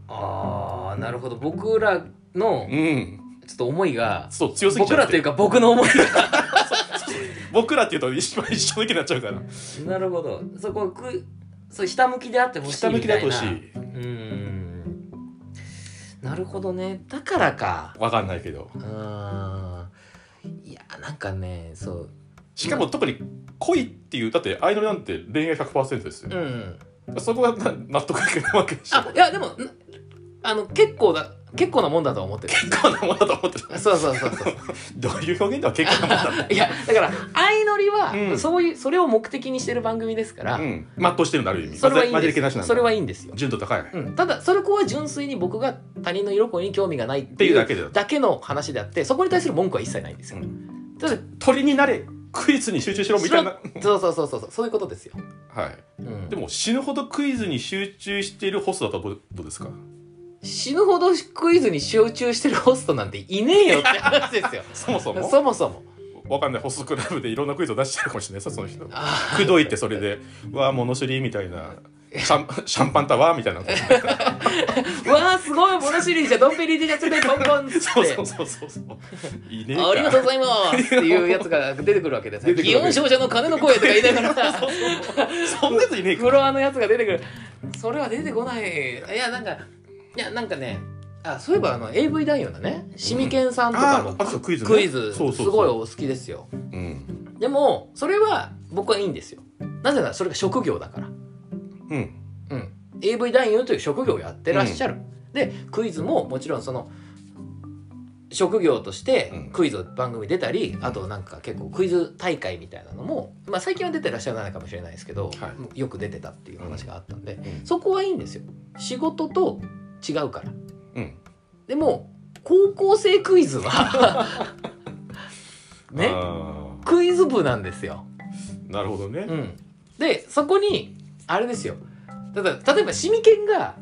S1: あーなるほど僕らの
S2: うん、
S1: ちょっと思いが
S2: そう強すぎち
S1: 僕
S2: ゃ
S1: ら
S2: っ
S1: とい
S2: て
S1: うか僕の思いが
S2: 僕らっていうと一緒一緒だけに <laughs> なっちゃうから
S1: なるほどそこくそうひたむきであってほしい
S2: 下向
S1: み
S2: き
S1: た
S2: だ
S1: い
S2: と
S1: な
S2: し
S1: うーんなるほどねだからか
S2: わかんないけど
S1: うーんいやなんかねそう
S2: しかも特に恋っていうだってアイドルなんて恋愛100%ですよ
S1: う、ん
S2: そこがな納得いかないわけでしょ
S1: あいやでもんあの結構だ結構なもんだとは思ってる
S2: 結構なものだと思ってた
S1: そうそうそうそう
S2: どういう表現では結構なものだっ
S1: いやだから相乗りは、
S2: うん
S1: そういうそれを目的にしてる番組ですから、
S2: た、うん、全うしてるのある意味
S1: それはいいん
S2: 混ぜ
S1: で
S2: る気なし
S1: す
S2: な
S1: よ
S2: んだ
S1: それはいいんですよ
S2: 純度高い、
S1: うん、ただそれこは純粋に僕が他人の色恋に興味がないっ
S2: って
S1: て
S2: い
S1: いう
S2: だ
S1: う
S2: けでだと
S1: だけの話であってそこに対する文句は一切ないんですよ、
S2: う
S1: ただ
S2: 鳥になれクイズに集中しろみたいな
S1: そうそうそうそうそうそういうことですよ、
S2: は
S1: うん、
S2: いでも死ぬほどクイズに集中しているホストだとどうどうですか
S1: 死ぬほどクイズに集中してるホストなんていねえよって話ですよ
S2: そもそも
S1: そもそも
S2: わかんないホストクラブでいろんなクイズを出してるかもしれないさその人
S1: あ
S2: くどいってそれで「わあ物知り」みたいな「シャンシャンパンタワー」みたいな
S1: ーわあすごい物知りじゃドンペリ T シャツでコンコンっつって
S2: そうそうそうそうそういいねえか
S1: ありがとうございますっていうやつが出てくるわけですね。
S2: 出てく
S1: 祇
S2: るわけ
S1: 園少女の鐘の声とか言いながらさ、
S2: そんなやついねえか
S1: フロアのやつが出てくる。それは出てこない。いや、なんか、いや、なんかね、あ、そういえばあの AV 男優のね、シミケンさんとかも
S2: あーあそうクイズね
S1: クイズ、す
S2: そうそうそう
S1: ごいお好きですよ。
S2: うん
S1: でも、それは僕はいいんですよ。なぜならそれが職業だから。
S2: うん
S1: うん。AV 男優という職業をやってらっしゃる。で、クイズももちろんその、職業として
S2: うん
S1: クイズ番組出たり、あとなんか結構クイズ大会みたいなのも、まあ、最近は出てらっしゃらないかもしれないですけど、
S2: は
S1: よく出てたっていう話があったんで、
S2: ん
S1: そこはいいんですよ仕事と違うから
S2: うん
S1: でも高校生クイズは <laughs> ね
S2: あ
S1: クイズ部なんですよ、
S2: ーなるほどね、
S1: うん、でそこにあれですよただ例えばシミケンが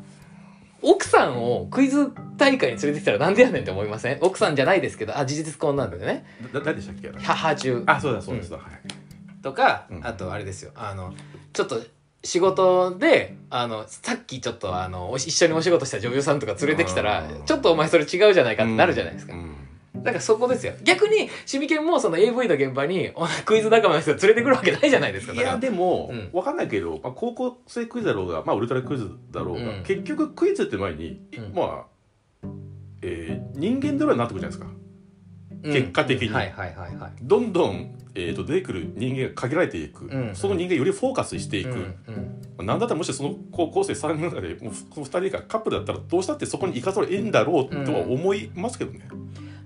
S1: 奥さんをクイズ大会に連れてきたらなんでやねんって思いません奥さんじゃないですけどあ事実婚なんでね
S2: だ誰でしたっけ
S1: 母中
S2: あそうだそうですだ、はい
S1: とか、
S2: うん
S1: あとあれですよあのちょっと仕事であのさっきちょっとあのお一緒にお仕事した女優さんとか連れてきたら
S2: うん
S1: ちょっとお前それ違うじゃないかってなるじゃないですか、
S2: うん
S1: だからそこですよ逆にシミケンもその AV の現場におクイズ仲間の人連れてくるわけないじゃないですか
S2: い
S1: だか
S2: や
S1: ら
S2: でも、
S1: うん
S2: わかんないけど、まあ、高校生クイズだろうが、まあ、ウルトラクイズだろうが、
S1: うん
S2: 結局クイズって前に、
S1: うん
S2: まあ、えー人間ドラになってくるじゃないですか
S1: うん
S2: 結果的に
S1: はいはいはいはい
S2: どんどん、えー、と出てくる人間が限られていく、
S1: うん
S2: その人間よりフォーカスしていく、
S1: うんうん
S2: なんだったらもしその高校生3人の中でもうその2人がカップルだったらどうしたってそこに行かざるを得んだろうとは思いますけどね、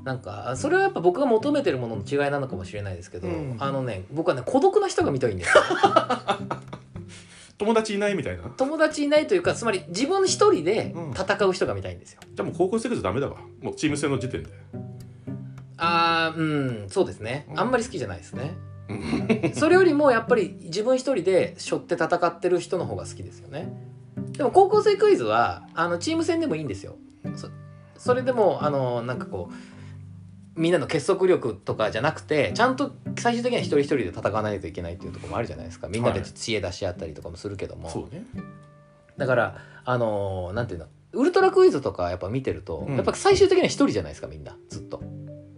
S1: なんかそれはやっぱ僕が求めてるものの違いなのかもしれないですけど、
S2: うん
S1: あのね僕はね孤独な人が見たいんですよ
S2: 友達いないみたいな
S1: 友達いないというかつまり自分一人で戦う人が見たいんですよ、
S2: じゃあもう高校生クイズダメだわもうチーム戦の時点で、
S1: あーうんそうですね
S2: うん
S1: あんまり好きじゃないですね
S2: うん
S1: それよりもやっぱり自分一人で背負って戦ってる人の方が好きですよねでも高校生クイズはあのチーム戦でもいいんですよそそれでもあのなんかこうみんなの結束力とかじゃなくてちゃんと最終的には一人一人で戦わないといけないっていうところもあるじゃないですかみんなで
S2: はい
S1: 知恵出し合ったりとかもするけども、
S2: そうね
S1: だからあのなんていうのウルトラクイズとかやっぱ見てると、
S2: うん
S1: やっぱ最終的には一人じゃないですかみんなずっと。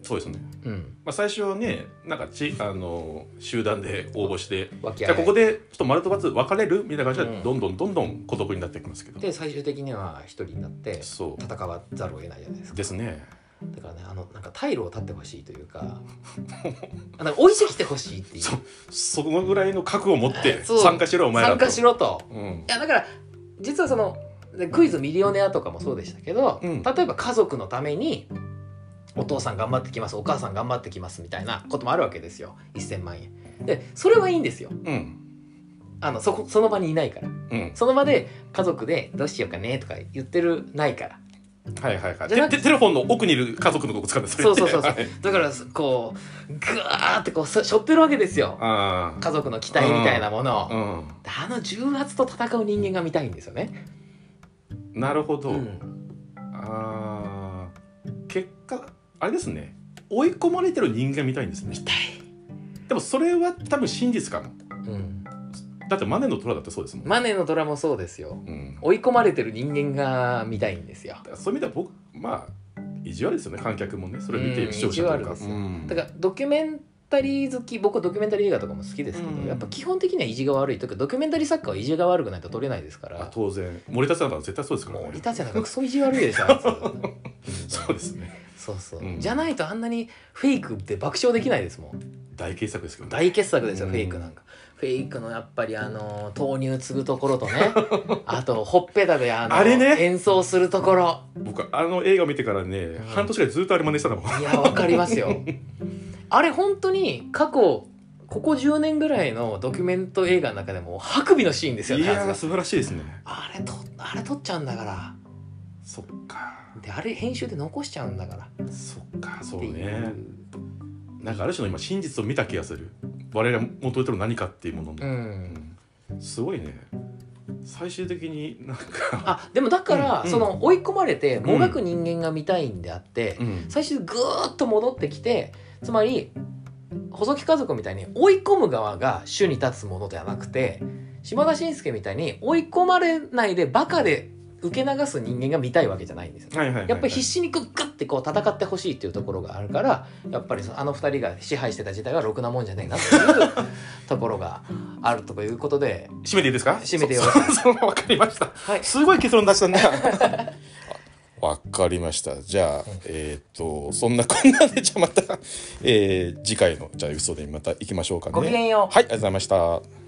S2: そうですね
S1: うん、
S2: まあ、最初はねなんかちあの集団で応募して
S1: わき
S2: じ
S1: あ
S2: ゃ
S1: い
S2: あここでちょっと丸と×分かれるみたいな感じ
S1: う
S2: で
S1: ん
S2: どんどんどんどん孤独になっていきますけど、
S1: で最終的には一人になって
S2: そ
S1: 戦わざるを得ないじゃないです
S2: う
S1: か
S2: ですね
S1: だからねあのなんか退路を立ってほしいという <laughs> かあなんか置いてきてほしいっていう
S2: そうそのぐらいの覚悟を持って
S1: そう
S2: 参加しろお前ら
S1: 参
S2: と
S1: 加しろと
S2: うん
S1: いやだから実はそのでクイズミリオネアとかもそうでしたけど、
S2: うん
S1: 例えば家族のためにお父さん頑張ってきますお母さん頑張ってきますみたいなこともあるわけですよ1,000万円。でそれはいいんですよ
S2: うん
S1: あのそこその場にいないから
S2: うん
S1: その場で家族で「どうしようかね」とか言ってるないから
S2: はいはいはい
S1: じゃなく
S2: テテレフォンの奥にいる家族のとこ使ってそれ
S1: そうそうそうそう
S2: はい
S1: だからこうグワーってこうそ背負ってるわけですよ
S2: あ
S1: 家族の期待みたいなものを、
S2: あうん
S1: あの重圧と戦う人間が見たいんですよね。
S2: なるほど、
S1: うん
S2: あー結果あれですね追い込まれてる人間みたいんですね
S1: 見たい、
S2: でもそれは多分真実かも
S1: うん、
S2: だってマネの虎だってそうですもん、
S1: マネのドラもそうですよ
S2: うん、
S1: 追い込まれてる人間が見たいんですよ
S2: だからそういう意味では僕まあ意地悪ですよね観客もねそれ見て
S1: うん
S2: る視聴者とい
S1: 意
S2: う
S1: 地悪
S2: か,、
S1: です
S2: う
S1: よ
S2: ん、
S1: だからドキュメンタリー好き僕はドキュメンタリー映画とかも好きですけど、
S2: うん
S1: やっぱ基本的には意地が悪いというかドキュメンタリー作家は意地が悪くないと撮れないですから
S2: あ当然森田さんなんか絶対そうですから
S1: もう
S2: ね
S1: 板瀬なんかクソ意地悪いでしょあいつ
S2: <laughs>
S1: うん
S2: そうですね
S1: そうそう、
S2: うん
S1: じゃないとあんなにフェイクって爆笑できないですもん
S2: 大傑作ですけどね
S1: 大傑作ですよ、
S2: うん
S1: フェイクなんかフェイクのやっぱりあの豆乳継ぐとこ
S2: <laughs>
S1: ろとねあとほっぺたであの
S2: あれね
S1: 演奏するところ
S2: 僕あの映画を見てからね、
S1: ん
S2: 半年ぐらいずっとあれ真似したのもん
S1: いやわかります
S2: <laughs>
S1: よあれ本当に過去ここ10年ぐらいのドキュメント映画の中でもハクビのシーンですよ
S2: い
S1: ね
S2: やー
S1: あ
S2: 素晴らしいですね
S1: れとあれ撮っちゃうんだから
S2: そっか
S1: であれ編集で残しちゃうんだからっ
S2: そっかそう
S1: ていう
S2: ねなんかある種の今真実を見た気がする我々が求めてる何かっていうものの、
S1: うん
S2: うんすごいね最終的になんか、
S1: あでもだから、
S2: うん
S1: その追い込まれてもがく人間が見たいんであって、
S2: うん、
S1: 最終ぐーっと戻ってきてつまり細木家族みたいに追い込む側が主に立つものではなくて島田紳介みたいに追い込まれないでバカで受け流す人間が見たいわけじゃないんですよ。
S2: はいはいはいはい
S1: やっぱり必死にこうグッてこう戦ってほしいっていうところがあるからやっぱりそのあの二人が支配してた時代はろくなもんじゃねえなっていうところがあるということ
S2: <laughs>
S1: で、
S2: 締めていいですか
S1: 締めてよ
S2: そ <laughs> そそうわかりました
S1: はい、
S2: すごい結論出
S1: <laughs>
S2: したねわかりましたじゃあえっ、とそんなこんなでじゃあまた、えー次回のじゃあエピソードにまた行きましょうかね
S1: ごきげんよう。
S2: はいありがとうございました